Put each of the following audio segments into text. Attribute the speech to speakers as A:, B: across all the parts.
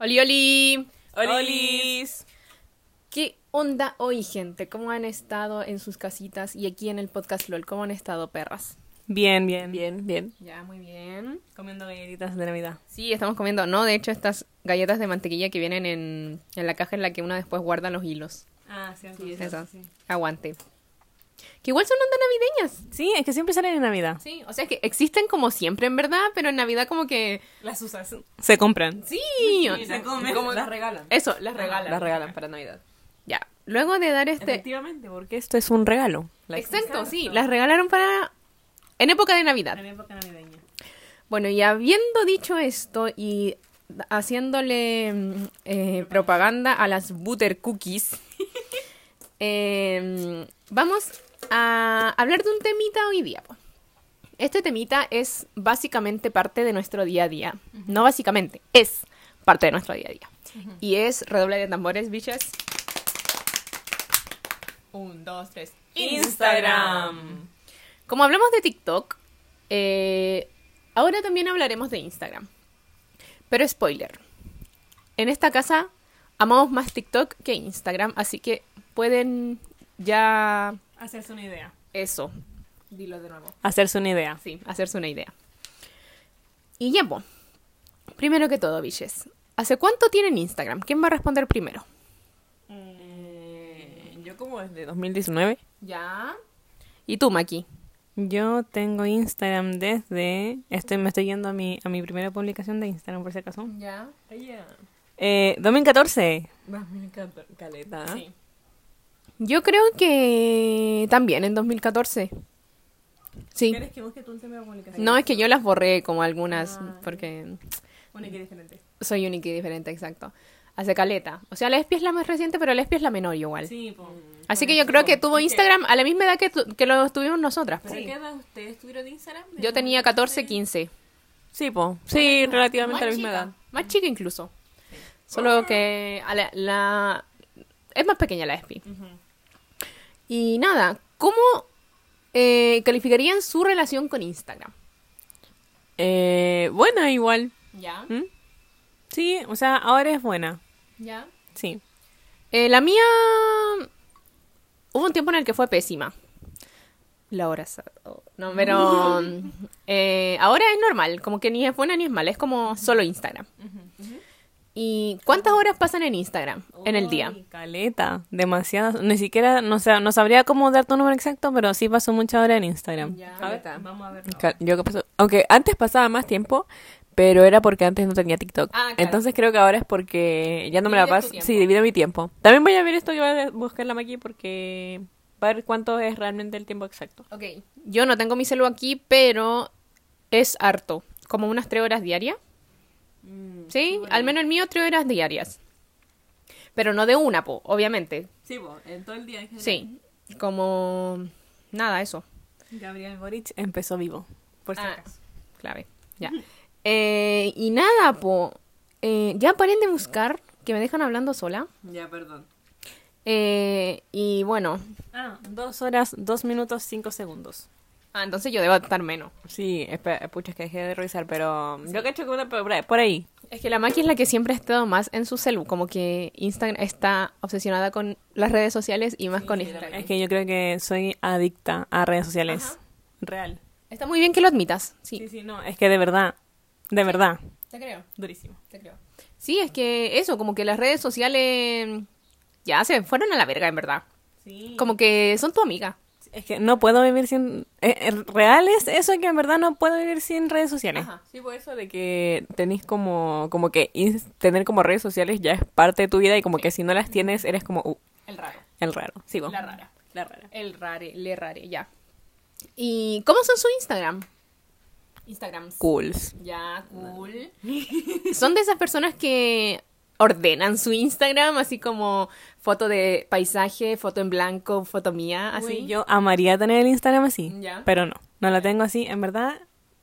A: Oli, oli.
B: ¡Olis!
A: ¿Qué onda hoy, gente? ¿Cómo han estado en sus casitas y aquí en el podcast LOL? ¿Cómo han estado, perras?
B: Bien, bien.
C: Bien, bien.
A: Ya, muy bien.
B: Comiendo galletitas de Navidad.
A: Sí, estamos comiendo, no, de hecho, estas galletas de mantequilla que vienen en, en la caja en la que una después guarda los hilos.
B: Ah, sí,
A: Esas. Aguante. Que igual son ondas navideñas.
B: Sí, es que siempre salen en Navidad.
A: Sí, o sea, es que existen como siempre, en verdad, pero en Navidad como que...
B: Las usas. Se compran.
A: Sí, o sea,
C: ¿Cómo las regalan?
A: eso, las regalan.
C: Las regalan para Navidad.
A: Ya, luego de dar este...
B: Efectivamente, porque esto es un regalo.
A: Exacto, sí, las regalaron para... En época de Navidad.
B: época navideña.
A: Bueno, y habiendo dicho esto y haciéndole mm, eh, propaganda a las butter cookies, eh, vamos a hablar de un temita hoy día. po. Este temita es básicamente parte de nuestro día a día. No básicamente, es parte de nuestro día a día. Y es redoble de tambores, bichas. Un, dos, tres.
B: Instagram.
A: Como hablamos de TikTok, eh, ahora también hablaremos de Instagram. Pero spoiler, en esta casa amamos más TikTok que Instagram, así que pueden ya
B: Hacerse una idea.
A: eso. Dilo de nuevo.
B: Hacerse una idea.
A: Sí, hacerse una idea. Y Yepo, primero que todo, biches, ¿hace cuánto tienen Instagram? ¿Quién va a responder primero?
B: Eh,
C: Yo como desde 2019.
A: Ya. ¿Y tú, Maki?
B: Yo tengo Instagram desde... Estoy, me estoy yendo a mi, a mi primera publicación de Instagram, por si acaso.
A: Ya.
B: Eh, 2014.
C: Me encanta. Caleta. ¿ah?
A: Yo creo que también en 2014. Sí.
B: que busque tu última publicación?
A: No, es que yo las borré como algunas, porque
B: Una que diferente.
A: soy única y diferente, exacto. Hace caleta. O sea, Lespi es la más reciente, pero Lespi es la menor igual.
B: Sí, pues.
A: Así que yo creo que tuvo Instagram a la misma edad que, tu- que lo tuvimos nosotras. po.
D: ¿Qué edad ustedes tuvieron Instagram?
A: Yo tenía 14, 15.
C: Sí, po. Sí, relativamente a la misma edad.
A: Más chica incluso. Solo que a la, la- es más pequeña la ESPI. Y nada, ¿cómo eh, calificarían su relación con Instagram?
C: Eh, buena igual.
A: Ya,
C: ¿Mm? Sí, o sea, ahora es buena.
A: ya.
C: Sí.
A: Eh, la mía... Hubo un tiempo en el que fue pésima. La hora... sa- oh, No, pero... eh, ahora es normal, como que ni es buena ni es mala, es como solo Instagram. ¿Y cuántas horas pasan en Instagram en el día?
B: Ay, Caleta, demasiadas. Ni siquiera, no, sé, no sabría cómo dar tu número exacto, pero sí pasó mucha hora en Instagram.
C: Caleta.
D: Vamos a ver.
C: Cal- Yo qué pasó. Aunque antes pasaba más tiempo, pero era porque antes no tenía TikTok.
A: Ah, claro.
C: Entonces creo que ahora es porque ya no me la
A: Divides tu
C: paso. Sí, divido mi tiempo. También voy a ver esto que va a buscar la Maki porque va a ver cuánto es realmente el tiempo exacto.
A: Ok. Yo no tengo mi celu aquí, pero es harto. Como unas tres horas diarias.
B: Mm,
A: sí, al menos el mío tres horas diarias. Pero no de una, po, obviamente.
D: Sí, vos, en todo el día.
A: Sí. Como... Nada, eso.
B: Gabriel Boric empezó vivo, por si
A: Ah,
B: acaso.
A: clave. Ya. Eh, y nada, po. Eh, ya paren de buscar, que me dejan hablando sola.
D: Ya, perdón.
A: Eh, y bueno.
B: Ah, dos horas, dos minutos, cinco segundos.
A: Ah, entonces yo debo estar menos.
C: Sí, espera, pucha, es que dejé de revisar, pero yo cacho que una por ahí- por ahí.
A: Es que la Maki es la que siempre ha estado más en su celu, como que Instagram está obsesionada con las redes sociales y más con Instagram.
B: Es que yo creo que soy adicta a redes sociales. Real.
A: Está muy bien que lo admitas, sí.
B: Sí, sí, no, es que de verdad, de verdad.
A: Te creo,
B: Durísimo.
A: te creo. Sí, es que eso, como que las redes sociales ya se fueron a la verga, en verdad.
B: Sí.
A: Como que son tu amiga.
B: Es que no puedo vivir sin... eh, eh, real es eso que en verdad no puedo vivir sin redes sociales.
A: Ajá.
C: Sí, por eso de que tenéis como, como que ins- tener como redes sociales ya es parte de tu vida y como que si no las tienes eres como uh,
A: El raro,
C: el raro. Sí, vos.
A: rara.
B: La rara.
A: El rare, le rare, ya. ¿Y cómo son su Instagram? Instagram.
C: Cools.
A: Ya, cool. Son de esas personas que ordenan su Instagram, así como foto de paisaje, foto en blanco, foto mía, así.
B: Así yo amaría tener el Instagram así,
A: Ya.
B: pero no, no la tengo así. En verdad,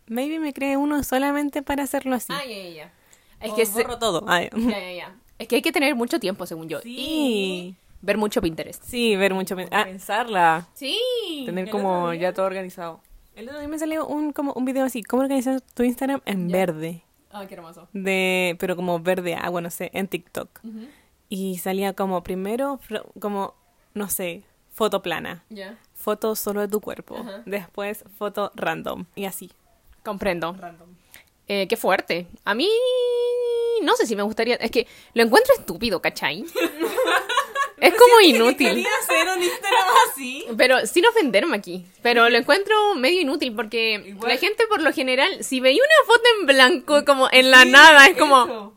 B: maybe me creé uno solamente para hacerlo así.
A: Ah, ya, ya, ya. Es
B: O
A: que se-
B: borro todo. Ay.
A: ya, ya, ya. Es que hay que tener mucho tiempo, según yo.
B: Sí.
A: Y ver mucho Pinterest.
B: Sí, ver mucho. men- Ah,
C: Pensarla.
A: Sí.
C: Tener como ya todo organizado.
B: el otro día me salió un como un video así, cómo organizar tu Instagram en verde.
D: Ah, qué hermoso.
B: de pero como verde agua, no sé, en TikTok. Y salía como primero, fro- como, no sé, foto plana,
D: Ya.
B: foto solo de tu cuerpo,
D: Ajá.
B: después foto random y así.
A: Comprendo.
D: Random.
A: Eh, qué fuerte. A mí no sé si me gustaría. Es que lo encuentro estúpido, ¿cachai? es como inútil.
D: hacer un Instagram así.
A: Pero sin ofenderme aquí. Pero lo encuentro medio inútil porque
D: Igual.
A: la gente por lo general, si veía una foto en blanco, como en la nada, es como.
D: Eso.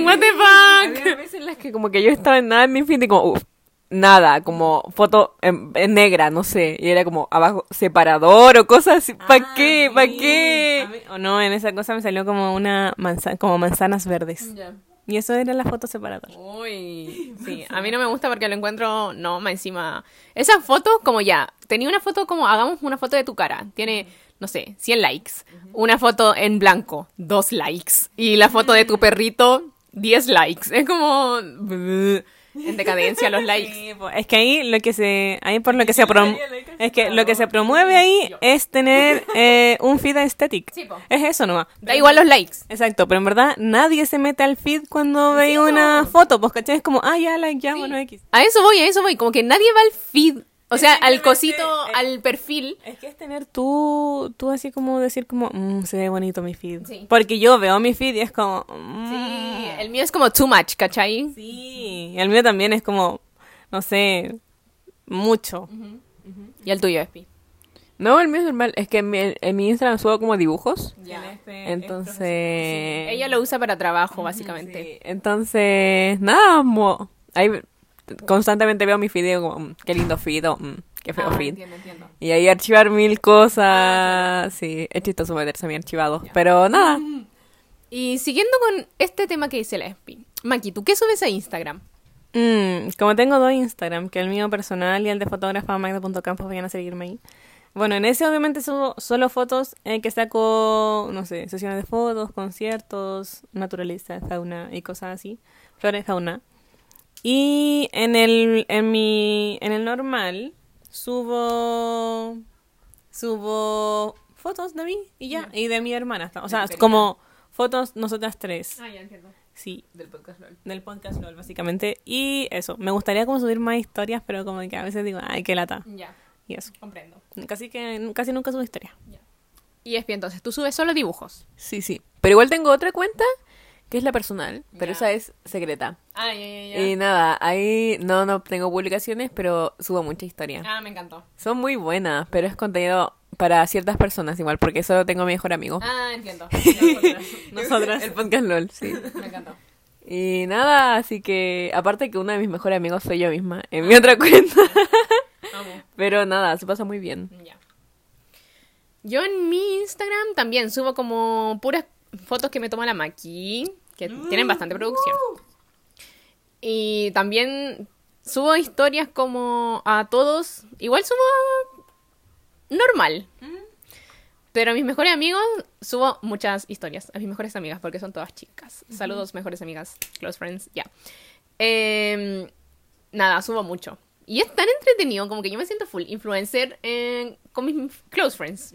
A: "Mm, what the fuck.
C: Había veces en las que como que yo estaba en nada en mi feed y como, uff, nada, como foto en, en negra, no sé. Y era como abajo separador o cosas así. ¿Para
D: Ah,
C: qué? ¿Para
D: sí.
C: qué?
B: A mí- O no, en esa cosa me salió como una manzana, como manzanas verdes.
D: Ya.
B: Y eso era la foto separadora.
A: Uy, sí, a mí no me gusta porque lo encuentro, no, más encima. Esas fotos, como ya, tenía una foto como, hagamos una foto de tu cara, tiene, no sé, 100 likes, una foto en blanco, dos likes, y la foto de
D: Mm.
A: tu perrito, 10 likes. Es como, bleh, en decadencia los likes.
B: Sí, po, Es que ahí lo que se, ahí por lo que se prom-
D: la ley del
B: es que lo que se promueve ahí es tener eh, un feed aesthetic.
A: Sí, po.
B: Es eso nomás.
A: Da igual los likes.
B: Exacto, pero en verdad nadie se mete al feed cuando ve una foto, pues cachai, es como, ah, ya, like, ya, bueno, X.
A: A eso voy, a eso voy, como que nadie va al feed, o sea, al
B: Simplemente,
A: cosito,
B: eh,
A: al perfil.
B: Es que es tener tú, tú así como decir como, "Mm, se ve bonito mi feed.
A: Sí.
B: Porque yo veo mi feed y es como, "Mm".
A: Sí, el mío es como too much, ¿cachai?
B: sí. Y el mío también es como, no sé, mucho.
A: Y el tuyo, Espi.
C: No, el mío es normal. Es que en mi, en mi Instagram subo como dibujos.
D: Ya.
B: este,
C: Entonces...
A: Ella lo usa para trabajo, básicamente.
C: Sí, entonces, nada, mo- ahí constantemente veo mis videos como, mm, qué lindo feed, o, mm, qué feo
A: Ah,
C: feed.
A: entiendo, entiendo.
C: Y ahí archivar mil
A: Ah,
C: cosas. Sí, es chistoso meterse a mi archivado. Pero nada,
A: Y siguiendo con este tema que dice la Espi. Maki, ¿tú qué subes a Instagram?
B: Mm, como tengo dos Instagram, que el mío personal y el de fotógrafa magda.campos, vayan a seguirme ahí. Bueno, en ese obviamente subo solo fotos en que saco, no sé, sesiones de fotos, conciertos, naturaleza, fauna y cosas así, flores, fauna. Y en el, en mi, en el normal subo, subo fotos de mí y ya, y de mi hermana. O sea, como fotos nosotras tres,
D: Ah, ya entiendo.
B: sí
D: Del podcast LOL.
B: del podcast LOL, básicamente. Y eso, me gustaría como subir más historias, pero como que a veces digo, ay, qué lata.
D: Ya,
B: Y eso.
D: comprendo.
B: Casi que casi nunca subo historia.
A: Y Espi, entonces, tú subes solo dibujos.
C: sí, sí. Pero igual tengo otra cuenta que es la personal, pero
D: Ya.
C: esa es secreta.
D: Ah, ya, ya,
C: Y nada, ahí no, no tengo publicaciones, pero subo mucha historia.
D: Ah, me encantó.
C: Son muy buenas, pero es contenido para ciertas personas igual, porque solo tengo a mi mejor amigo.
D: Ah, entiendo.
B: Nosotras.
C: El podcast LOL, sí.
D: me encantó.
C: Y nada, así que aparte que uno de mis mejores amigos soy yo misma, en mi otra cuenta.
D: Vamos.
C: Pero nada, se pasa muy bien.
D: Ya.
A: Yo en mi Instagram también subo como puras fotos que me toma la Maki, que tienen bastante producción. Y también subo historias como a todos. Igual subo normal. Pero a mis mejores amigos subo muchas historias. A mis mejores amigas, porque son todas chicas. Saludos, mejores amigas, close friends, ya. Em, nada, subo mucho. Y es tan entretenido, como que yo me siento full influencer en- con mis close friends.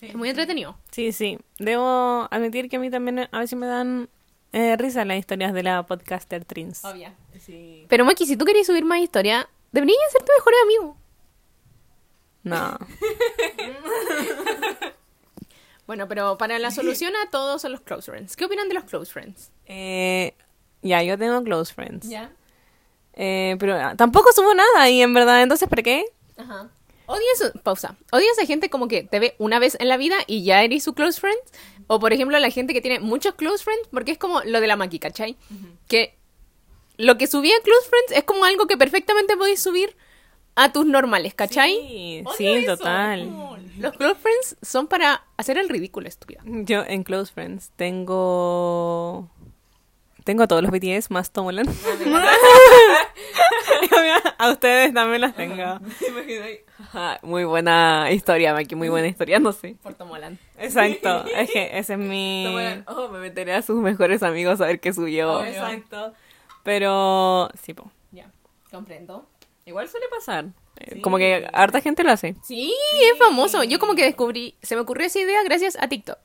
A: Es muy entretenido.
B: Sí, sí. Debo admitir que a mí también a veces me dan eh, risa las historias de la podcaster Trins.
D: Obvia. Sí.
A: Pero Maki, si tú querías subir más historia, deberías ser tu mejor amigo.
B: No.
A: Bueno, pero para la solución a todos son los close friends. ¿Qué opinan de los close friends?
B: Eh, ya, yo tengo close friends.
D: Ya.
B: Eh, pero ah, tampoco subo nada y en verdad, entonces, ¿para qué?
D: Ajá.
A: ¿Odias, pausa, odias a gente como que te ve una vez en la vida y ya eres su close friend? O por ejemplo, la gente que tiene muchos close friends, porque es como lo de la Maki, ¿cachai? Que lo que subía a close friends es como algo que perfectamente podéis subir a tus normales, ¿cachai?
B: Sí,
D: Odio
B: sí,
D: eso. Uh.
B: total.
D: Cool.
A: Los close friends son para hacer el ridículo, estúpida.
B: Yo en Close Friends tengo. Tengo a todos los BTS más Tomolan. a ustedes también las tengo.
D: Me imagino ahí.
C: Ajá, muy buena historia, Maki, muy buena historia, no sé.
D: Puerto Molan.
B: Exacto. Es que ese es mi.
C: Tomarán, Oh, me meteré a sus mejores amigos a ver qué subió.
D: Obvio.
B: oh, Exacto. Pero. Sí, po.
D: Ya. Comprendo.
C: Igual suele pasar. Eh, Como que harta gente lo hace.
A: Sí, es famoso. Yo como que descubrí, se me ocurrió esa idea gracias a TikTok.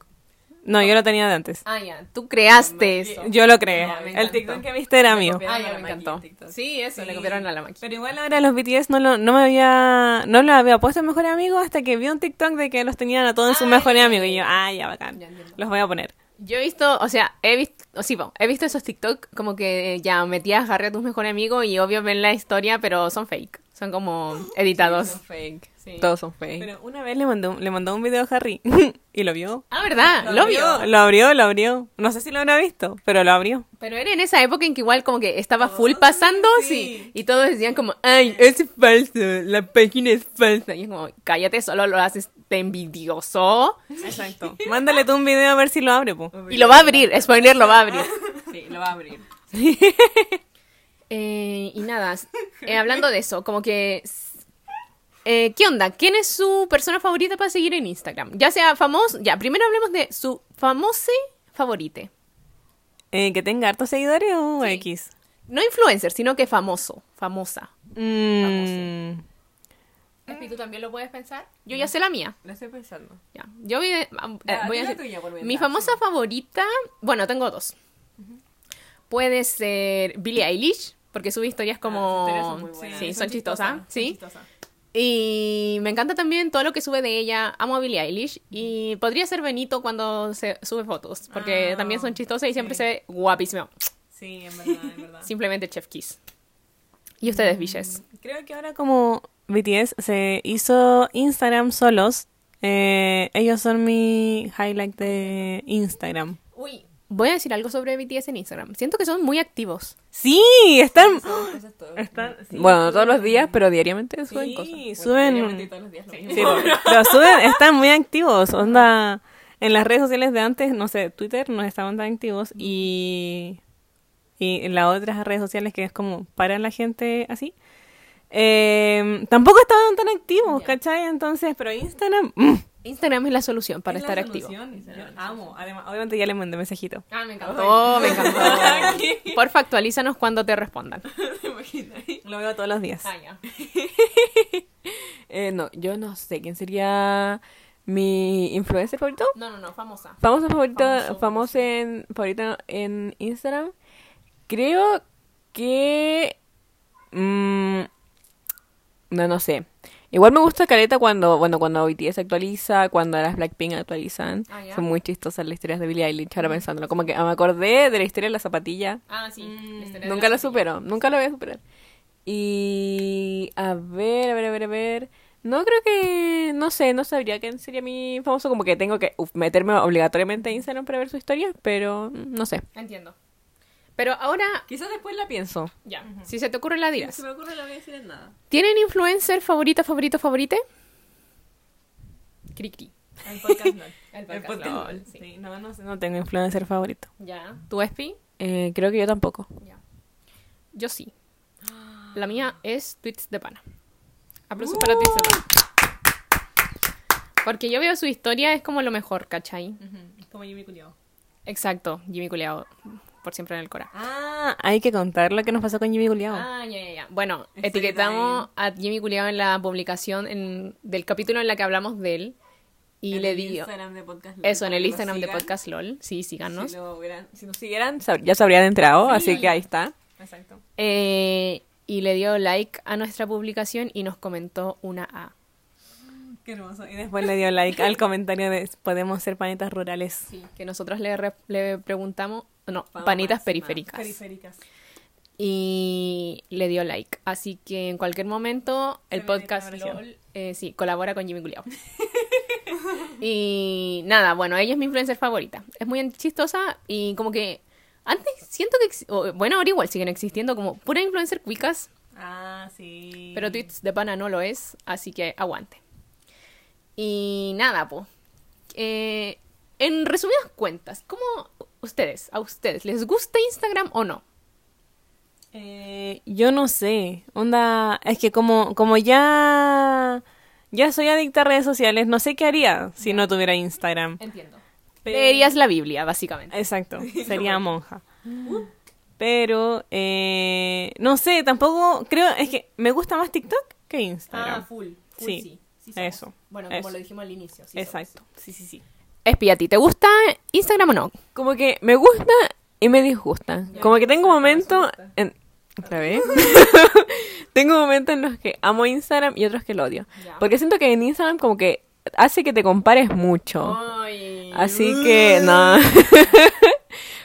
B: No, yo lo tenía de antes.
A: Ah, ya. Tú creaste
D: Sí.
A: eso.
B: Yo lo creé.
A: No, me
B: el
A: encantó.
B: TikTok que viste era mío.
A: Ah, ya,
D: a la
A: me
D: Maki
A: encantó.
D: en TikTok.
A: Sí, eso, le
D: Sí.
A: copiaron a la máquina.
B: Pero igual ahora los BTS no, lo, no me había no lo había puesto en mejores amigos hasta que vi un TikTok de que los tenían a todos en sus
A: Ay.
B: mejores amigos y yo, ah, ya bacán.
D: Ya entiendo.
B: Los voy a poner.
A: Yo he visto, o sea, he visto, sí, po, he visto esos TikTok como que eh, ya metías agarré a tus mejores amigos y obvio ven la historia, pero son fake. Son como editados.
D: Fake. Sí.
C: Todos son fake.
B: Pero una vez le mandó un- le mandó un video a Harry y lo vio.
A: Ah, ¿verdad?
D: Lo
A: Lo vio.
B: Lo abrió, lo abrió. No sé si lo habrá visto, pero lo abrió.
A: Pero era en esa época en que igual como que estaba full pasando, sí.
D: sí.
A: Y todos decían como, ay, es falso, la página es falsa. Y es como, cállate, solo lo haces de envidioso.
B: Exacto. Mándale tú un video a ver si lo abre, po.
A: Y lo va a abrir, spoiler, lo va a abrir.
D: Sí, lo va a abrir.
A: Eh, y nada, s- eh, hablando de eso, como que... s- eh, ¿Qué onda? ¿Quién es su persona favorita para seguir en Instagram? Ya sea famoso, ya, primero hablemos de su famoso favorite.
B: Eh, que tenga hartos seguidores o X.
A: No influencer, sino que famoso, famosa.
B: Mm,
A: ¿Y tú también lo puedes pensar? Yo ya sé la mía.
D: Lo estoy pensando.
A: Ya. Yo voy, a- am- eh,
D: Ya,
A: voy
D: Ah, di
A: a
D: la
A: decir-
D: tuya por
A: Mi
D: mientras,
A: famosa favorita, bueno, tengo dos. Puede ser Billie Eilish, porque sube historias como...
D: Ah, sus historias son muy buenas.
A: sí,
D: Son
A: son chistosas,
D: chistosas,
A: sí.
D: son chistosas.
A: Y me encanta también todo lo que sube de ella. Amo a Billie Eilish. Y podría ser Benito cuando se sube fotos. Porque
D: Ah,
A: también son chistosas y siempre
D: sí. Ah.
A: se ve guapísimo.
D: Sí, en verdad, en verdad.
A: Simplemente chef kiss. Y ustedes,
D: Mm.
A: Villes.
B: creo que ahora como BTS se hizo Instagram solos, eh, ellos son mi highlight de Instagram.
A: Uy. Voy a decir algo sobre BTS en Instagram. Siento que son muy activos.
B: Sí, están...
D: Eso, eso es todo.
B: están- sí,
C: Bueno, no todos los días, pero diariamente suben
B: Sí,
C: cosas.
B: suben-
D: diariamente todos los días lo mismo.
B: Sí, pero suben, están muy activos. Onda, en las redes sociales de antes, no sé, Twitter no estaban tan activos y, y en las otras redes sociales que es como para la gente así, eh, tampoco estaban tan activos, ¿cachai? Entonces, pero Instagram, mm,
A: Instagram es la solución para
B: es la
A: estar activo.
B: solución. Yo amo, además, obviamente ya le mandé mensajito.
A: Ah, me encantó, me encantó. Porfa, actualízanos cuando te respondan.
B: Lo veo todos los días.
C: Eh, no, yo no sé quién sería mi influencer favorito.
A: No, no, no, famosa.
C: Famoso favorito, famoso,
A: Famoso.
C: en, favorito en Instagram. Creo que... mm, no, no sé. Igual me gusta Caleta cuando, bueno, cuando BTS actualiza, cuando las Blackpink actualizan.
A: Ah, ya. Mm.
C: Son muy chistosas las historias de Billie Eilish, ahora pensándolo. Como que ah, me acordé de la historia de la zapatilla.
A: Ah, sí.
D: Mm,
C: Nunca la supero, nunca la voy a superar. Y a ver, a ver, a ver, a ver. No creo que, no sé, no sabría quién sería mi famoso, como que tengo que uf, meterme obligatoriamente a Instagram para ver su historia, pero mm, no sé.
A: Entiendo. Pero ahora,
C: Quizás después la pienso.
A: ya, si se te ocurre la dirás.
D: Se me ocurre la voy a decir en nada.
A: ¿Tienen influencer favorita, favorito, favorite? Cri cri.
D: El podcast no.
A: El
B: El
A: podcast
B: podcast.
A: LOL,
B: Sí, no, no sé, no tengo influencer favorito.
A: Ya. ¿Tu Espi?
C: Eh, creo que yo tampoco.
A: Ya. Yo sí. La mía es Tweets de Pana. Aplausos para Tweets de Pana. Porque yo veo su historia, es como lo mejor, ¿cachai?
D: Como Jimmy Culeado.
A: Exacto, Jimmy Culeado, por siempre en el Cora.
B: Ah, hay que contar lo que nos pasó con Jimmy Guliao.
A: Ah, ya, ya, ya. Bueno,
D: Estoy
A: etiquetamos a Jimmy Culeado en la publicación en- del capítulo en la que hablamos de él. Y le digo.
D: Instagram de podcast Lol,
A: Eso, en
D: para
A: el
D: que
A: Instagram
D: lo
A: de
D: sigan.
A: Podcast LOL. Sí, síganos.
D: Si lo hubieran-
C: Si nos siguieran, sab- ya se habrían entrado,
D: Sí.
C: así que ahí está.
D: Exacto.
A: Eh, y le dio like a nuestra publicación y nos comentó una A.
D: Qué hermoso. Y después
B: Después le dio like al comentario de podemos ser planetas rurales.
A: Que nosotros le, re- le preguntamos, no,
D: Vamos
A: panitas
D: más,
A: periféricas.
D: más. Periféricas.
A: y le dio like. Así que en cualquier momento el
B: Se viene
A: podcast
B: colaboración.
A: LOL, eh, sí, colabora con Jimmy Culeado. y nada, bueno, ella es mi influencer favorita. Es muy chistosa y como que antes siento que, ex- o, bueno, ahora igual siguen existiendo como pura influencer cuicas.
D: Ah, sí.
A: Pero Tweets de Pana no lo es, así que aguante. Y nada, po. Eh, en resumidas cuentas, ¿cómo ustedes, a ustedes, les gusta Instagram o no?
B: Eh, yo no sé. Onda, es que como, como ya, ya soy adicta a redes sociales, no sé qué haría si no tuviera Instagram.
A: Entiendo.
B: Pero-
A: Leerías la Biblia, básicamente.
B: Exacto, sería monja. Pero, eh, no sé, tampoco creo, es que me gusta más TikTok que Instagram.
A: Ah, full.
B: full, Sí, sí. sí somos. eso,
A: Bueno,
B: como eso. lo
A: dijimos al inicio.
B: Exacto, sí, sí, sí.
A: Espi, ¿a ti te gusta Instagram o no?
C: Como que me gusta y me disgusta. Como que tengo momentos en... ¿Otra vez? tengo momentos en los que amo Instagram y otros que lo odio. Porque siento que en Instagram como que hace que te compares mucho. Así que no.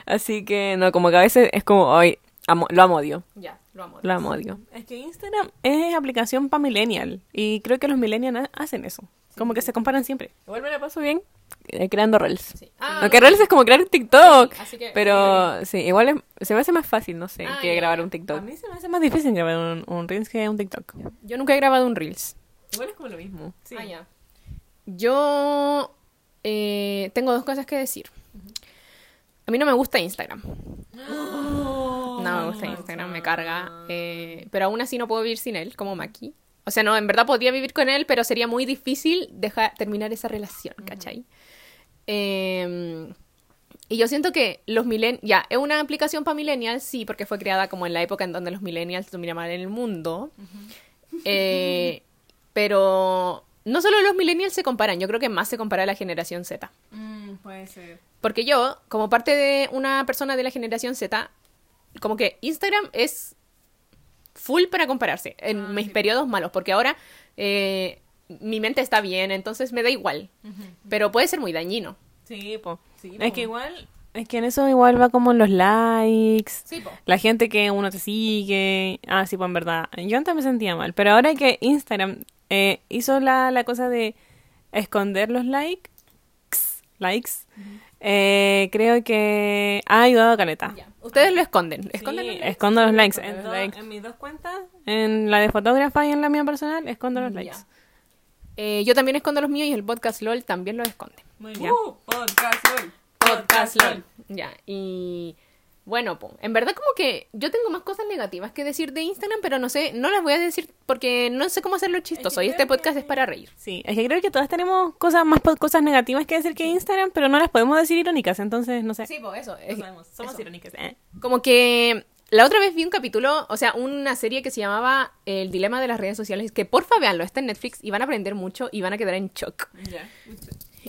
C: Así que no, como que a veces es como, ay, amo- lo amo odio,
A: Ya, lo amo.
C: lo amo odio.
B: Es que Instagram es aplicación para millennial y creo que los millennials hacen eso. Como que se comparan siempre.
C: Igual me la paso bien eh, creando reels.
A: Ah,
C: Aunque reels es como crear TikTok.
A: Sí, así que-
C: pero sí, igual es- se me hace más fácil, no sé,
A: Ah,
C: que
A: ya,
C: grabar
A: ya.
C: un
B: A
C: TikTok.
B: mí se me hace más difícil grabar un, un Reels que un TikTok.
A: Yo nunca he grabado un Reels.
C: Igual es como lo mismo.
A: Ah, ya. Yo eh, tengo dos cosas que decir. A mí no me gusta Instagram. No me gusta Instagram, me carga. eh, pero aún así no puedo vivir sin él, como Maki. O sea, no, en verdad podría vivir con él, pero sería muy difícil dejar, terminar esa relación, ¿cachai? Eh, y yo siento que los millennials, ya, es una aplicación para millennials, sí, porque fue creada como en la época en donde los millennials dominaban el mundo. Eh, pero no solo los millennials se comparan, yo creo que más se compara la generación Z.
D: Mm, puede ser.
A: Porque yo, como parte de una persona de la generación Z, como que Instagram es full para compararse en mis periodos malos, porque ahora eh, mi mente está bien, entonces me da igual. Pero puede ser muy dañino.
D: Sí, po. Sí,
B: Es
D: po.
B: que igual, es que en eso igual va como los likes,
A: Sí, po.
B: la gente que uno te sigue. Ah, sí, pues en verdad. Yo antes me sentía mal, pero ahora que Instagram eh, hizo la, la cosa de esconder los likes, likes, eh, creo que ha ayudado a Caneta.
A: Ustedes lo esconden.
B: Sí,
A: Esconden los likes.
B: escondo los likes.
A: Escondo
B: En,
A: los
B: do-
A: likes.
B: en mis dos cuentas, en la de fotógrafa y en la mía personal, escondo los
A: Ya.
B: likes.
A: Eh, yo también escondo los míos y el podcast LOL también los esconde.
D: Muy
B: Ya.
D: bien. Uh, podcast LOL.
A: Podcast LOL. Ya, y bueno, po, en verdad como que yo tengo más cosas negativas que decir de Instagram, pero no sé, no las voy a decir porque no sé cómo hacerlo chistoso y este podcast es para reír.
B: Sí, es que creo que todas tenemos cosas más po- cosas negativas que decir que Instagram, pero no las podemos decir irónicas, entonces no sé.
A: pues eso.
B: No sabemos, somos
A: eso.
B: irónicas. eh.
A: Como que la otra vez vi un capítulo, o sea, una serie que se llamaba El dilema de las redes sociales, que porfa veanlo, está en Netflix y van a aprender mucho y van a quedar en shock.
D: Ya.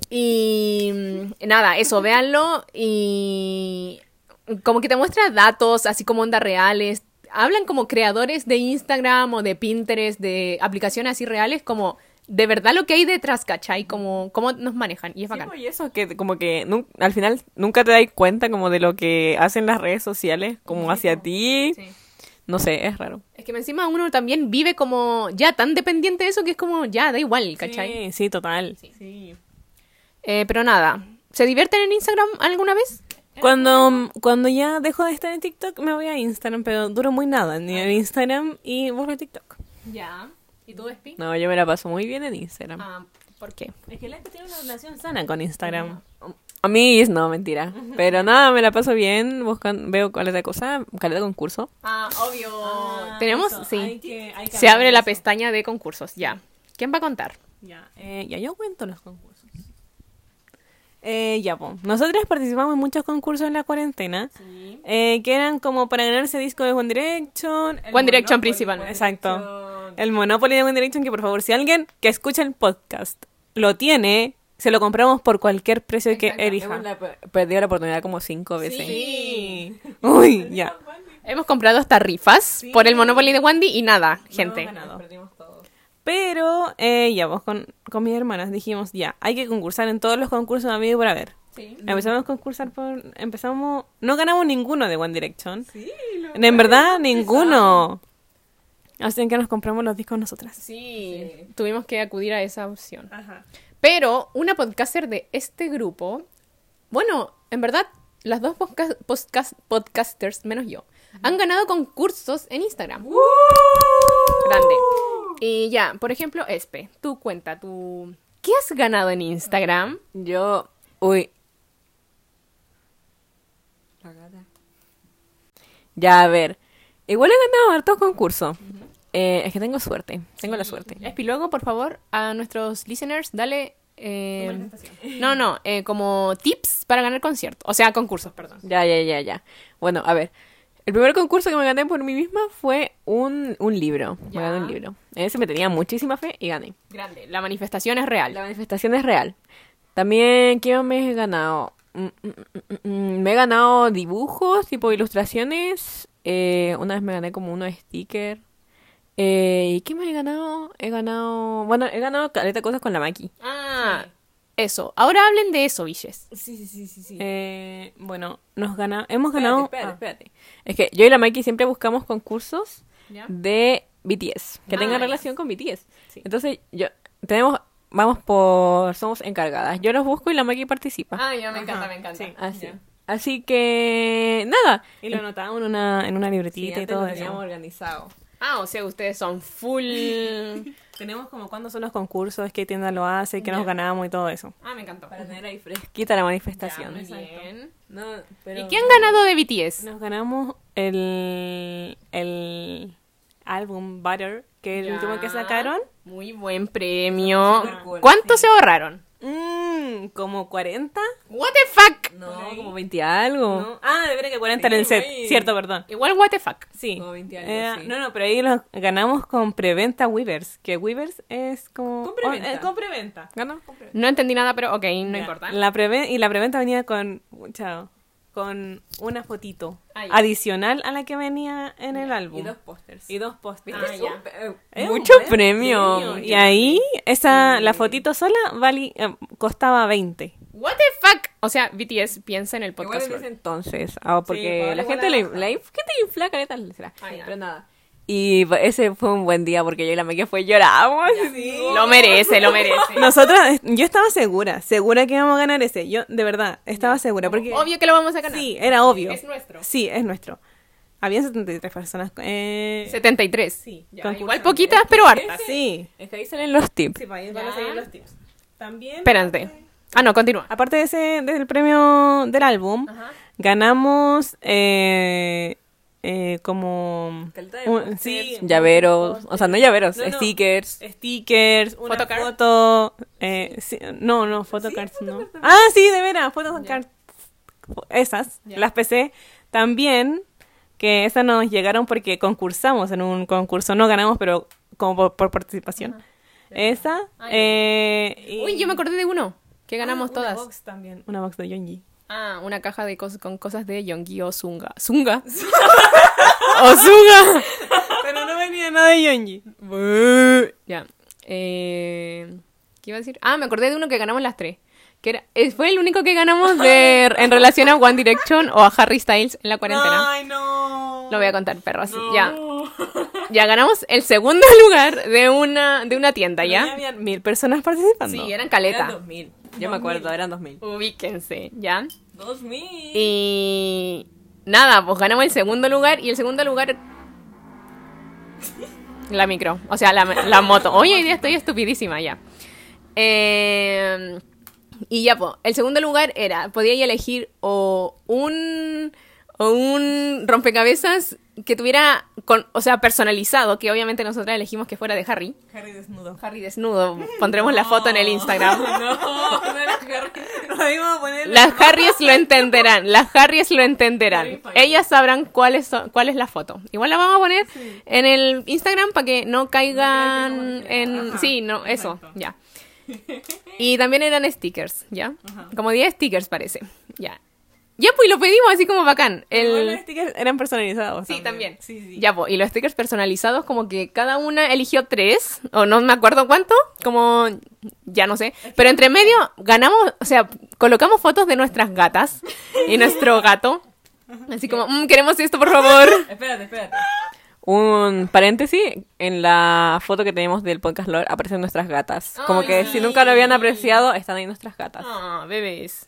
A: Y mm, nada, eso, véanlo y como que te muestra datos, así como ondas reales. Hablan como creadores de Instagram o de Pinterest, de aplicaciones así reales, como de verdad lo que hay detrás, ¿cachai? Como cómo nos manejan. Y es
C: Sí,
A: bacán.
C: pues, y eso que como que nun- al final nunca te das cuenta como de lo que hacen las redes sociales como hacia ti. No sé, es raro.
A: Es que encima uno también vive como ya tan dependiente de eso que es como ya, da igual, ¿cachai?
B: Sí, sí, total.
D: Sí.
A: Eh, pero nada, ¿se divierten en Instagram alguna vez?
B: Cuando, mm, cuando ya dejo de estar en TikTok, me voy a Instagram, pero duro muy nada ni
A: Ah.
B: en Instagram y vuelvo a TikTok.
A: Ya. ¿Y tú, Espi?
C: No, yo me la paso muy bien en Instagram.
A: Ah, ¿por qué?
B: Es que la que tiene una relación sana con Instagram.
C: A mí es- no, mentira. Pero nada, me la paso bien. Buscan, veo caleta de cosa, caleta de concurso.
A: Ah, obvio. Tenemos,
D: Eso,
A: sí.
D: hay que- hay que
A: Se
D: hablar
A: abre
D: de
A: la
D: eso.
A: pestaña de concursos, ya. ¿Quién va a contar?
B: Ya, eh, ya yo cuento los concursos. Eh, ya, pues. Nosotras participamos en muchos concursos en la cuarentena,
D: Sí.
B: eh, que eran como para ganarse disco de One Direction.
D: El
A: One
D: Monopoly,
A: Direction principal.
D: One
B: Exacto.
D: Direction.
B: El Monopoly de One Direction, que por favor, si alguien que escucha el podcast lo tiene, se lo compramos por cualquier precio que
C: Hemos
B: elija.
C: la pe- perdido la oportunidad como cinco veces.
B: Sí. Uy, ya.
A: Hemos comprado hasta rifas por el Monopoly de Wandy y nada, gente.
B: ganado.
D: Perdimos todo.
B: Pero eh, ya, vos con, con mis hermanas dijimos, ya, hay que concursar en todos los concursos a mí por haber.
D: Sí.
B: Empezamos a concursar por... Empezamos... No ganamos ninguno de One Direction.
D: Sí, lo-
B: En verdad, ninguno. Así que nos compramos los discos nosotras.
A: Sí. Tuvimos que acudir a esa opción.
D: Ajá.
A: Pero una podcaster de este grupo, bueno, en verdad, las dos podca- podcast- podcasters, menos yo, han ganado concursos en Instagram. Grande. Y ya, por ejemplo, Espe, tú cuenta, tú... ¿Qué has ganado en Instagram?
C: Yo, uy. Ya, a ver. Igual he ganado hartos concursos. Eh, es que tengo suerte. Tengo la suerte.
A: Espi, luego, por favor, a nuestros listeners, dale... eh, no, no, eh, como tips para ganar conciertos, o sea, concursos, perdón.
C: Ya, ya, ya, ya. Bueno, a ver. El primer concurso que me gané por mí misma fue un, un libro.
A: Ya.
C: Me gané un libro. En ese me tenía muchísima fe y gané.
A: Grande, la manifestación es real.
C: La manifestación es real. También, ¿qué más me he ganado? Mm, mm, mm, mm, mm, Me he ganado dibujos, tipo ilustraciones. Eh, una vez me gané como uno de sticker. Eh, ¿Y qué más he ganado? He ganado. Bueno, he ganado caleta de cosas con la Maki.
A: Ah, eso. Ahora hablen de eso, Villes.
D: Sí, sí, sí, sí. sí.
B: Eh, bueno, nos gana, hemos ganado.
C: Espérate, espérate, espérate. ah. Es que yo y la Maki siempre buscamos concursos
D: ¿Ya?
C: de BTS, que
A: Ah,
C: tengan
A: ya.
C: relación con BTS.
D: Sí.
C: Entonces, yo tenemos, vamos por, somos encargadas. Yo los busco y la Maki participa.
A: Ah, yo
D: me encanta, me encanta.
C: Así.
D: ya.
C: Así que nada.
B: Ah, y lo anotamos en una, en una
C: Sí,
B: libretita y
C: antes
B: todo
C: lo
B: eso.
C: teníamos organizado.
A: Ah, o sea, ustedes son full.
B: Tenemos como cuándo son los concursos, qué tienda lo hace, qué nos ganamos y todo eso.
A: Ah, me encantó.
C: Para tener ahí fresquita la
A: Ya,
C: manifestación.
A: muy bien.
C: No, pero-
A: ¿Y quién ha ganado de BTS?
B: Nos ganamos el, el álbum Butter, que es el
A: Ya.
B: último que sacaron.
A: Muy buen premio.
D: Súper cool,
A: ¿Cuánto se ahorraron?
B: Mm, como 40.
A: What the fuck.
C: No, como 20 algo.
B: ¿no? Ah, de veras que 40 en el
C: Sí,
B: set.
C: güey.
B: Cierto, perdón.
A: Igual what the fuck.
B: Sí.
C: Como 20 algo,
B: Eh,
C: sí.
B: No, no, pero ahí los ganamos con preventa Weavers, que Weavers es como...
C: Con preventa.
B: oh, eh, con preventa.
C: ¿Ganó?
A: No entendí nada, pero ok, no
B: Ya.
A: importa.
B: La preve- y la preventa venía con... Chao. Con una fotito
A: Ah, ya.
B: adicional a la que venía en el álbum.
C: Y dos pósters.
B: Y dos pósters.
A: Ah, ya.
B: Es un
C: Mucho
B: buen
C: premio.
B: Y ahí, esa, la fotito sola vali- eh, costaba 20.
A: What the fuck. O sea, BTS piensa en el
C: Igual
A: podcast.
C: en ese
A: Lord.
C: entonces, ah, porque
B: pues,
C: la
B: igual
C: gente
B: la
C: le
B: baja.
C: la inf- gente infla caretas, le será.
A: Ah, ya.
C: Pero nada. Y pa- ese fue un buen día porque yo y la Meque fue lloramos. Sí.
A: Lo merece, lo merece.
B: Nosotras, yo estaba segura, segura que íbamos a ganar ese. Yo, de verdad, estaba segura. Porque
A: Obvio que lo vamos a ganar.
B: Sí, era obvio.
A: Es nuestro.
B: Sí, es nuestro. Había 73 personas. Eh,
A: 73.
B: Sí,
A: Ya,
B: concurso.
A: igual poquitas, pero hartas.
B: Sí.
C: Es que ahí salen los tips.
B: Sí, para ahí
A: van a seguir los
B: tips. También.
A: Espérate. Ah, no, continúa.
B: Aparte de ese, del premio del álbum, ganamos eh, eh, como.
C: Caleta de
B: un-
C: pósters,
B: sí,
C: Llaveros, o sea, no llaveros,
B: No, no.
C: stickers.
B: stickers, una
A: Photocard.
B: foto. eh, sí, no, no, photocards no. Ah, sí, de veras, photocards. Esas, las PC. También, que esas nos llegaron porque concursamos en un concurso, no ganamos, pero como por, por participación. Esa.
A: Ah, ya.
B: eh, y-
A: Uy, yo me acordé de uno. Que ganamos
B: Ah,
A: todas.
B: Una box también, una box de Yonji.
A: Ah, una caja de cosas con cosas de Yongi o Zunga. ¿Zunga? ¡O Zunga!
B: pero no venía nada de Yonji.
A: Ya. Eh, ¿Qué iba a decir? Ah, me acordé de uno que ganamos las tres. Que era, eh, fue el único que ganamos de, en relación a One Direction o a Harry Styles en la cuarentena.
B: Ay, no.
A: Lo voy a contar, perros. Ya. Ya ganamos el segundo lugar de una, de una tienda,
B: Ya
A: ¿ya?
B: habían mil personas participando.
A: Sí, eran caleta.
C: 2000. Yo me acuerdo, eran 2000.
A: Ubíquense, ¿ya?
C: 2000.
A: Y nada, pues ganamos el segundo lugar y el segundo lugar... La micro, o sea, la, la moto. Hoy en día estoy estupidísima ya. Eh, y ya, pues, el segundo lugar era, podía ya elegir o un, o un rompecabezas que tuviera, con, o sea, personalizado, que obviamente nosotros elegimos que fuera de Harry.
B: Harry desnudo.
A: Harry desnudo, pondremos la foto en el Instagram.
B: Nos íbamos a poner
A: Las Harries lo entenderán, las Harries lo entenderán. Ellas sabrán cuál es, cuál es la foto. Igual la vamos a poner en el Instagram para que no caigan en... Sí, no, eso, ya. Y también eran stickers, ¿ya? Como 10 stickers parece, ya. Ya, pues y lo pedimos así como bacán.
B: Igual los
A: El...
B: stickers eran personalizados.
A: Sí, también.
B: Sí, sí.
A: Ya, pues, y los stickers personalizados como que cada una eligió tres, o no me acuerdo cuánto, como ya no sé, pero entre medio ganamos, o sea, colocamos fotos de nuestras gatas y nuestro gato. Así como, "Mm, queremos esto, por favor.
D: Espérate, espérate.
C: Un paréntesis, en la foto que tenemos del podcast Lore aparecen nuestras gatas. Como que si nunca lo habían apreciado, están ahí nuestras gatas.
A: Ah, bebés.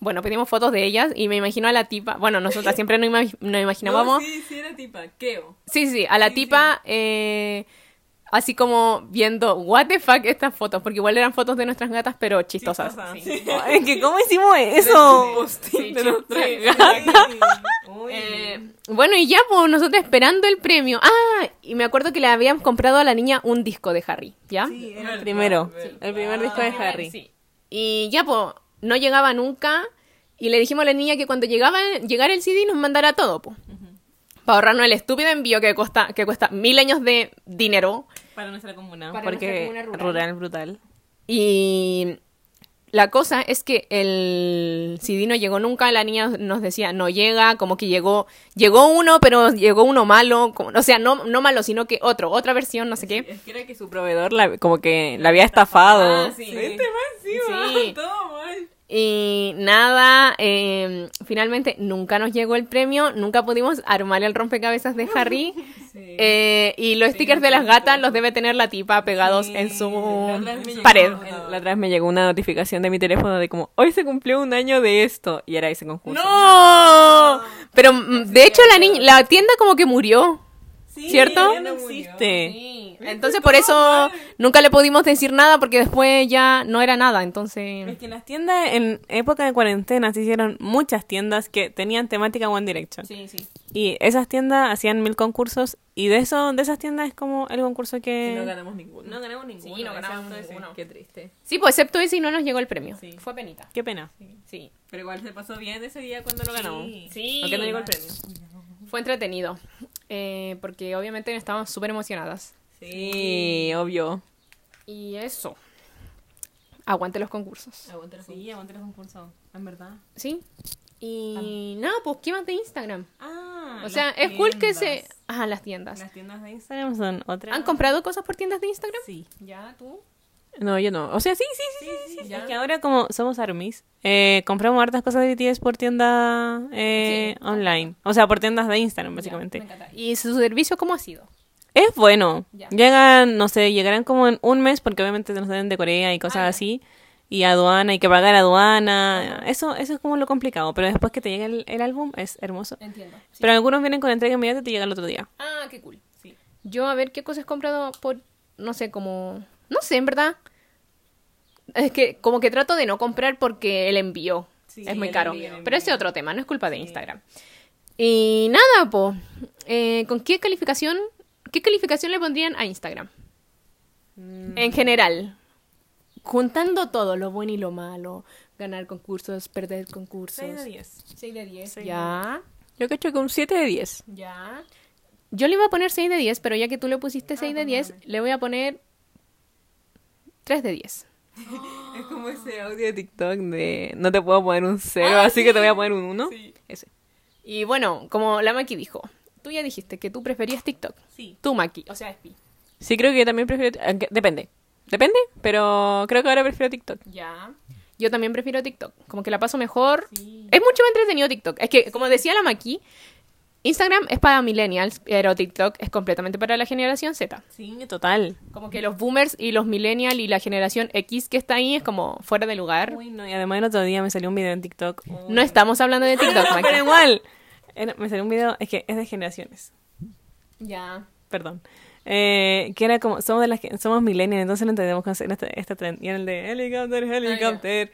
A: Bueno, pedimos fotos de ellas y me imagino a la tipa, bueno, nosotras siempre nos, imag- nos imaginábamos
D: sí, sí, era tipa. Keo.
A: Sí, Oh, sí, a la tipa eh, así como viendo, what the fuck estas fotos, porque igual eran fotos de nuestras gatas, pero chistosas.
B: Sí. Ay, que ¿Cómo hicimos eso? Sí,
A: de
B: sí,
A: nuestras
B: sí.
A: gatas.
B: Uy.
A: Eh, bueno, y ya, pues nosotros esperando el premio. Ah, y me acuerdo que le habíamos comprado a la niña un disco de Harry, ¿ya?
B: Sí, era el primero. El primer disco de Harry.
A: Sí. Y ya, pues, no llegaba nunca. Y le dijimos a la niña que cuando llegaba, llegara el CD nos mandara todo, pues. Para ahorrarnos el estúpido envío que cuesta, que cuesta mil años de dinero.
B: Para nuestra comuna.
A: Para
B: porque
A: nuestra comuna
B: rural.
A: rural.
B: brutal.
A: Y La cosa es que el CD no llegó nunca, la niña nos decía, no llega, como que llegó, llegó uno, pero llegó uno malo, como- o sea, no, no malo, sino que otro, otra versión, no sé qué.
C: Es que era que su proveedor la- como que la había estafado.
D: Ah, sí. Este más encima.
A: Sí.
D: Todo mal.
A: Y nada, eh, finalmente nunca nos llegó el premio, nunca pudimos armar el rompecabezas de Harry.
D: Sí.
A: eh, y los stickers de las gatas los debe tener la tipa pegados en
D: la otra vez me
A: su
D: llegó
A: pared.
D: una-
C: La otra vez me llegó una notificación de mi teléfono de como, hoy se cumplió un año de esto. Y era ese concurso.
A: ¡No! Pero mm, de hecho la niña, la tienda como que murió.
D: Sí,
A: ¿Cierto?
D: ya no
C: existe.
D: murió. Sí.
A: Entonces por eso nunca le pudimos decir nada porque después ya no era nada.
B: Es
A: Entonces,
B: que las tiendas en época de cuarentena se hicieron muchas tiendas que tenían temática One Direction.
A: sí, sí.
B: Y esas tiendas hacían mil concursos y de eso de esas tiendas es como el concurso
D: Y
B: que...
D: no ganamos ninguno.
B: Eh, No ganamos ninguno,
A: Sí, no ganamos ese- ninguno.
D: Qué triste.
A: Sí, pues excepto ese y no nos llegó el premio.
D: Sí.
A: Fue penita.
B: Qué pena.
A: Sí.
D: Pero igual se pasó bien ese día cuando lo ganamos.
B: ganamos.
A: Sí.
D: Aunque no llegó el premio.
A: Fue entretenido, eh, porque obviamente estábamos súper emocionadas.
C: Sí, obvio.
A: Y eso. Aguante los concursos.
D: Aguanta los
B: aguante los concursos, en verdad.
A: ¿Sí? Y nada, pues, ¿qué más de Instagram?
B: Ah,
A: O sea, es cool que se... Ajá, las tiendas.
B: Las tiendas de Instagram son otras...
A: ¿Han comprado cosas por tiendas de Instagram?
B: Sí.
A: Ya, tú.
C: No, yo no. O sea, sí, sí, sí. sí,
D: sí,
B: Es que ahora como somos armies, eh, compramos hartas cosas de BTS por tienda eh,
A: Sí.
B: online. O sea, por tiendas de Instagram, básicamente.
A: Ya, me encanta. ¿Y su servicio cómo ha sido?
B: Es bueno.
A: Ya.
B: Llegan, no sé, llegarán como en un mes porque obviamente nos salen de Corea y cosas
A: Ah, ya.
B: así. Y aduana, hay que pagar aduana. Eso, eso es como lo complicado. Pero después que te llega el, el álbum es hermoso.
A: Entiendo.
B: Pero algunos vienen con entrega inmediata y te llega el otro día.
A: Ah, qué cool.
D: Sí.
A: Yo a ver qué cosas he comprado por, no sé, como, no sé, en verdad. Es que como que trato de no comprar porque el envío
D: Sí,
A: es muy
D: el
A: caro.
D: envío, el
A: Pero ese es otro tema, no es culpa de Instagram. Y nada, po. Eh, ¿Con qué calificación, qué calificación le pondrían a Instagram? En general. Juntando todo, lo bueno y lo malo. Ganar concursos, perder concursos.
B: 10.
A: 6 de 10.
B: Seis de
A: Ya,
C: Yo cacho que un 7 de 10.
A: ya. Ah, Yo le iba a poner 6 de 10, pero ya que tú le pusiste 6 de 10, le voy a poner 3 de 10.
D: Es como ese audio.
C: De TikTok de no te puedo poner un 0, así que te voy a poner un 1.
D: Sí.
C: Ese.
A: Y bueno, como la Maki dijo, tú ya dijiste que tú preferías TikTok.
D: Sí.
A: Tú, Maki, o sea, Espi.
C: Sí, creo que yo también prefiero. aunque- Depende. Depende, pero creo que ahora prefiero TikTok.
A: Ya. Yo también prefiero TikTok. Como que la paso mejor. Es mucho más entretenido TikTok. Es que, como decía la Maki, Instagram es para millennials, pero TikTok es completamente para la generación Z.
B: Sí, total.
A: Como que los boomers y los millennials y la generación X que está ahí es como fuera de lugar.
B: Uy, no, y además el otro día me salió un video en TikTok.
A: No estamos hablando de TikTok, Maki.
B: Pero igual. Era- me salió un video, es que es de generaciones.
A: Ya.
B: perdón, eh, que era como, somos de las que, somos millennials, entonces no entendemos con este, este tren. Y era el de helicóptero,
A: Ah,
B: helicóptero.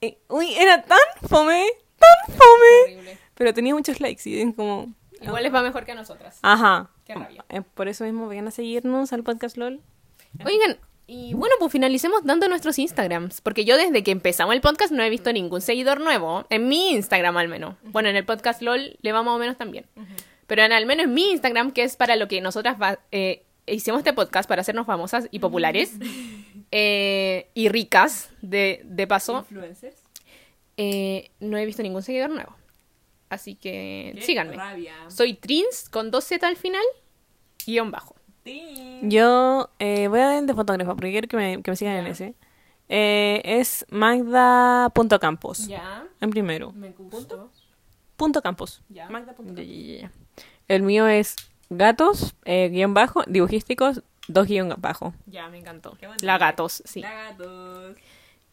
B: Y, uy, era tan fome, tan fome. Pero tenía muchos likes y es como...
A: Igual les va mejor que a nosotras.
B: Ajá.
A: Qué rabia.
B: Eh, por eso mismo vayan a seguirnos al podcast LOL.
A: Oigan, y bueno, pues finalicemos dando nuestros Instagrams. Porque yo desde que empezamos el podcast no he visto ningún seguidor nuevo. En mi Instagram al menos. Bueno, en el podcast LOL le va más o menos también. Pero en, al menos en mi Instagram, que es para lo que nosotras va- eh, hicimos este podcast para hacernos famosas y populares. eh, y ricas, de, de paso.
D: Influencers.
A: eh, no he visto ningún seguidor nuevo. Así que
D: Qué
A: síganme.
D: Rabia.
A: Soy Trins con dos Z al final, guión bajo.
D: Sí.
B: Yo eh, voy a ir de fotógrafa porque quiero que me, que me sigan en ese. Eh, es magda.campos.
A: Ya,
B: En primero.
A: me gustó.
B: Punto campos.
A: Ya.
C: Ya, ya, ya, ya. El mío es gatos, eh, guión bajo, dibujísticos, dos guión bajo.
A: Ya, me encantó.
D: Qué bonito.
A: La gatos, sí.
D: Lagatos.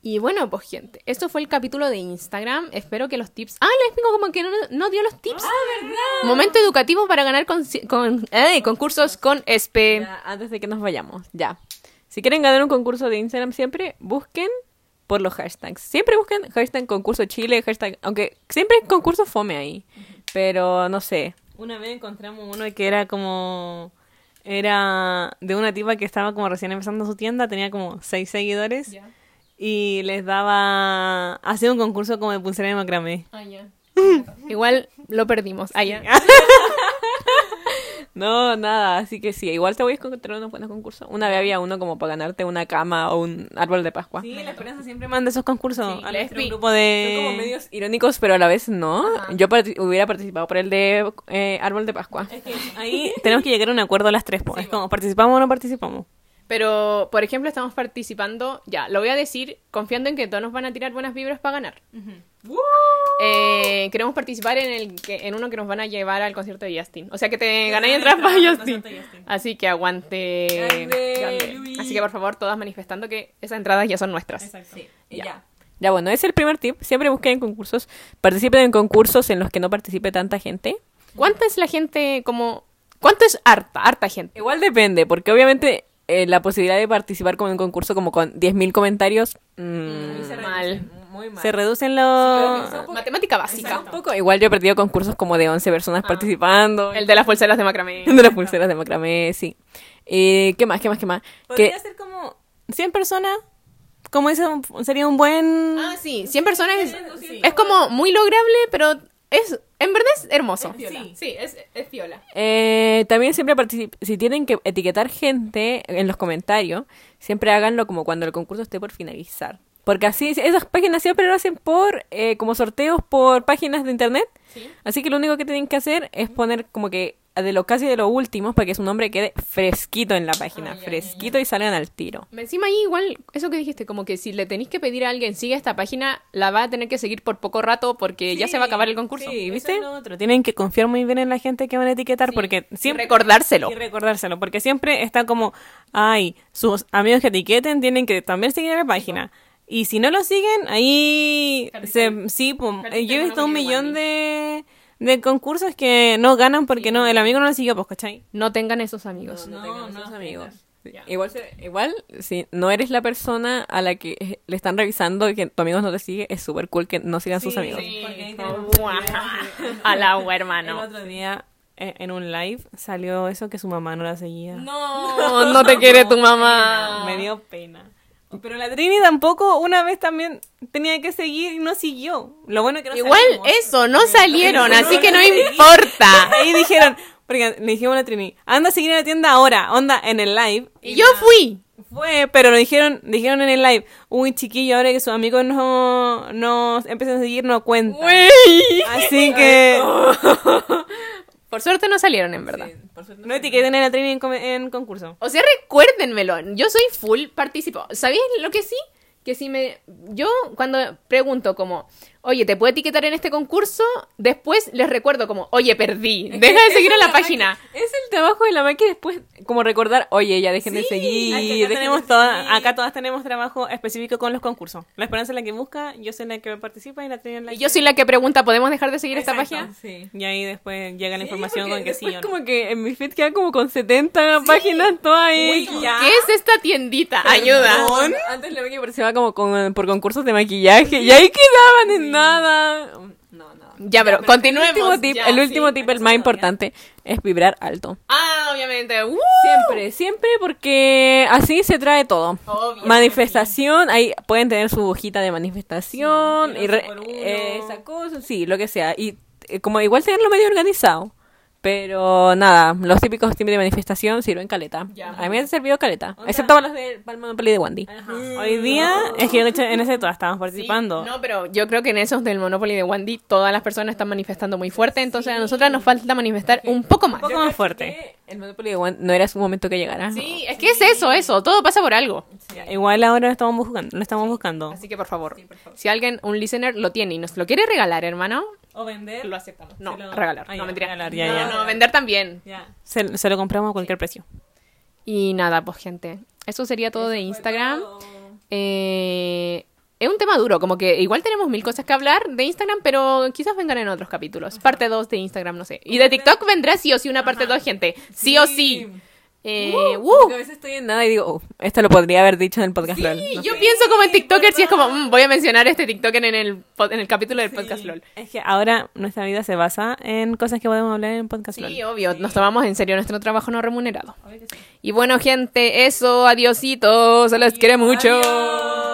A: Y bueno, pues gente, esto fue el capítulo de Instagram. Espero que los tips. Ah, les explico como que no, no dio los tips. Momento educativo para ganar conci- con, eh, concursos con ESPE.
C: Ya, Em, antes de que nos vayamos, ya. Si quieren ganar un concurso de Instagram siempre, busquen por los hashtags. Siempre busquen hashtag concurso Chile, hashtag, aunque siempre hay concurso fome ahí. Pero no sé.
B: Una vez encontramos uno que era como. Era Ah, de una tipa que estaba como recién empezando su tienda, tenía como seis seguidores y les daba. Hacía un concurso como de pulsera de macramé.
A: Igual lo perdimos. Ah, ya.
C: No, nada, así que sí, igual te voy a encontrar unos buenos concursos. Una vez había uno como para ganarte una cama o un árbol de Pascua.
D: Sí, la esperanza siempre
B: Siempre
D: manda.
B: manda esos concursos
A: Sí,
B: a
A: lesbi.
B: nuestro grupo de...
C: Son como medios irónicos, pero a la vez no. Yo parti- hubiera participado por el de eh, árbol de Pascua.
D: Es que
B: Ahí tenemos que llegar a un acuerdo las tres. po. es como, ¿participamos o no participamos?
A: Pero, por ejemplo, estamos participando, ya, lo voy a decir confiando en que todos nos van a tirar buenas vibras para ganar. Eh, queremos participar en el que- en uno que nos van a llevar al concierto de Justin. O sea que te ganáis
D: ganáis
A: entrar para
D: entrada al
A: Justin.
D: concierto de Justin.
A: Así que aguante.
D: Grande,
A: Grande.
D: Luis.
A: Así que por favor, todas manifestando que esas entradas ya son nuestras.
D: Exacto. Y
C: Ya.
D: ya.
C: Ya bueno, ese es el primer tip. Siempre busquen en concursos. Participen en concursos en los que no participe tanta gente.
A: ¿Cuánta es la gente como cuánto es harta, harta gente?
C: Igual depende, porque obviamente eh, la posibilidad de participar como en un concurso como con 10.000 comentarios mm,
D: Se reduce,
A: Mal.
D: Muy mal.
B: Se reducen los...
D: Pero que son-
A: Matemática básica.
C: un poco. Igual yo he perdido concursos como de 11 personas participando.
A: El de las pulseras de macramé.
C: de las pulseras de macramé, sí. Eh, ¿Qué más? ¿Qué más? ¿Qué más?
B: Podría
C: Que
B: ser como 100 personas. Como eso sería un buen...
A: Ah, sí, 100 personas es, es como muy lograble, pero es en verdad es hermoso. Sí, sí, es, es piola.
C: eh, también siempre particip- si tienen que etiquetar gente en los comentarios, siempre háganlo como cuando el concurso esté por finalizar. Porque así, esas páginas siempre lo hacen por, eh, como sorteos por páginas de internet. Así que lo único que tienen que hacer es poner como que de lo casi de lo último para que su nombre quede fresquito en la página, fresquito y salgan al tiro.
A: Encima ahí igual, eso que dijiste, como que si le tenéis que pedir a alguien siga esta página, la va a tener que seguir por poco rato porque ya se va a acabar el concurso.
B: Sí, ¿viste? otro. Tienen que confiar muy bien en la gente que van a etiquetar porque
A: Sin
B: siempre...
A: recordárselo.
B: Y recordárselo, porque siempre está como, ay, sus amigos que etiqueten tienen que también seguir a la página. Y si no lo siguen, ahí se, sí, pum.
A: Cartel
B: yo he visto un
A: monopolio
B: millón de, de concursos que no ganan porque no, el amigo no lo siguió, pues, ¿cachai?
A: No tengan esos amigos.
C: No, no, los amigos. Sí.
A: Ya.
C: Igual, se- igual, si no eres la persona a la que eh, le están revisando y que tu amigo no te sigue, es súper cool que no sigan sus amigos.
A: Sí,
D: Porque ahí
A: como,
D: tenemos-
A: ¡guau! Al agua,
B: El
A: hermano.
B: otro día, eh, en un live, salió eso que su mamá no la seguía.
A: No, no te quiere tu
C: Ah.
A: mamá.
B: Me dio pena. Pero la Trini tampoco, una vez también tenía que seguir y no siguió. Lo bueno que no
A: Igual
B: salimos.
A: eso, no salieron, así que no importa.
B: Ahí dijeron, porque le dijimos a la Trini, anda a seguir a la tienda ahora, onda en el live.
A: Y yo fui.
B: Fue, pero lo dijeron, dijeron en el live, uy chiquillo, ahora que sus amigos no nos empiezan a seguir, no cuenta. Así que
A: Por suerte no salieron, en verdad.
B: no etiqueten a la Trini en, com- en concurso.
A: O sea, recuérdenmelo. Yo soy full participo. ¿Sabías lo que sí? Que si me. Yo, cuando pregunto, como, oye, ¿te puedo etiquetar en este concurso? Después les recuerdo, como, oye, perdí. Deja de seguir a la página.
C: Es el trabajo de la máquina después, como recordar, oye, ya dejen de seguir.
B: Acá
C: dejen de
B: tenemos
C: seguir".
B: toda- acá todas tenemos trabajo específico con los concursos. La esperanza es la que busca, yo soy la que participa y la Trini es la
A: Y
B: que...
A: yo soy la que pregunta, ¿podemos dejar de seguir esta página?
D: Sí.
B: Y ahí después llega la información con
C: Porque
B: que sí o
C: después
B: no.
C: como que en mi feed quedan como con 70 páginas todas ahí.
A: ¿Qué es esta tiendita? Ayuda.
C: Antes la máquina participaba como con- por concursos de maquillaje y ahí quedaban en nada. No, no.
A: Ya, pero continuemos.
C: El último tip,
A: ya,
C: el,
A: sí.
C: último tip, el más importante, es vibrar alto.
A: Ah, obviamente. ¡Uh!
C: Siempre, siempre, porque así se trae todo.
A: Obvio.
C: manifestación, ahí pueden tener su hojita de manifestación
D: Sí,
C: y re-
D: por uno.
C: eh, esa cosa, sí, lo que sea. Y eh, como igual tenerlo medio organizado. Pero nada, los típicos tips de manifestación sirven caleta. A mí me han servido caleta. Excepto los de Palma Monopoly de Wandy.
B: Hoy día, es que de hecho en ese todas estábamos participando.
A: No, pero yo creo que en esos del Monopoly de Wandy todas las personas están manifestando muy fuerte, entonces a nosotras nos falta manifestar un poco más.
B: Un poco más fuerte.
C: Eh, El Monopoly de Wandy no era su momento que llegara.
A: Sí, es que es eso, eso, todo pasa por algo.
B: Igual ahora lo estamos buscando. Lo estamos buscando.
A: Así que por favor, si alguien, un listener, lo tiene y nos lo quiere regalar, hermano,
B: O vender.
A: lo aceptamos. No,
B: Se lo-
A: regalar,
B: Ah,
A: no
B: ya,
A: mentira.
B: regalar, ya,
A: no,
B: ya.
A: no, vender también.
B: Se, se lo compramos a cualquier precio.
A: Y nada, pues gente, eso sería todo de Instagram. Eh, es un tema duro, como que igual tenemos mil cosas que hablar de Instagram, pero quizás vengan en otros capítulos. Parte 2 de Instagram, no sé. Y de TikTok vendrá sí o sí una parte 2, gente. Sí, o sí. Eh, uh,
C: Porque a veces estoy en nada y digo, "Oh, esto lo podría haber dicho en el podcast LOL.
A: Y
C: No
A: yo pienso como en TikToker, si es como, mm, voy a mencionar este TikToker en el, pod- en el capítulo del podcast LOL.
B: Es que ahora nuestra vida se basa en cosas que podemos hablar en podcast.
A: Sí,
B: LOL.
A: obvio, nos tomamos en serio nuestro trabajo no remunerado. Y bueno, gente, eso, adiositos, se los quiere mucho.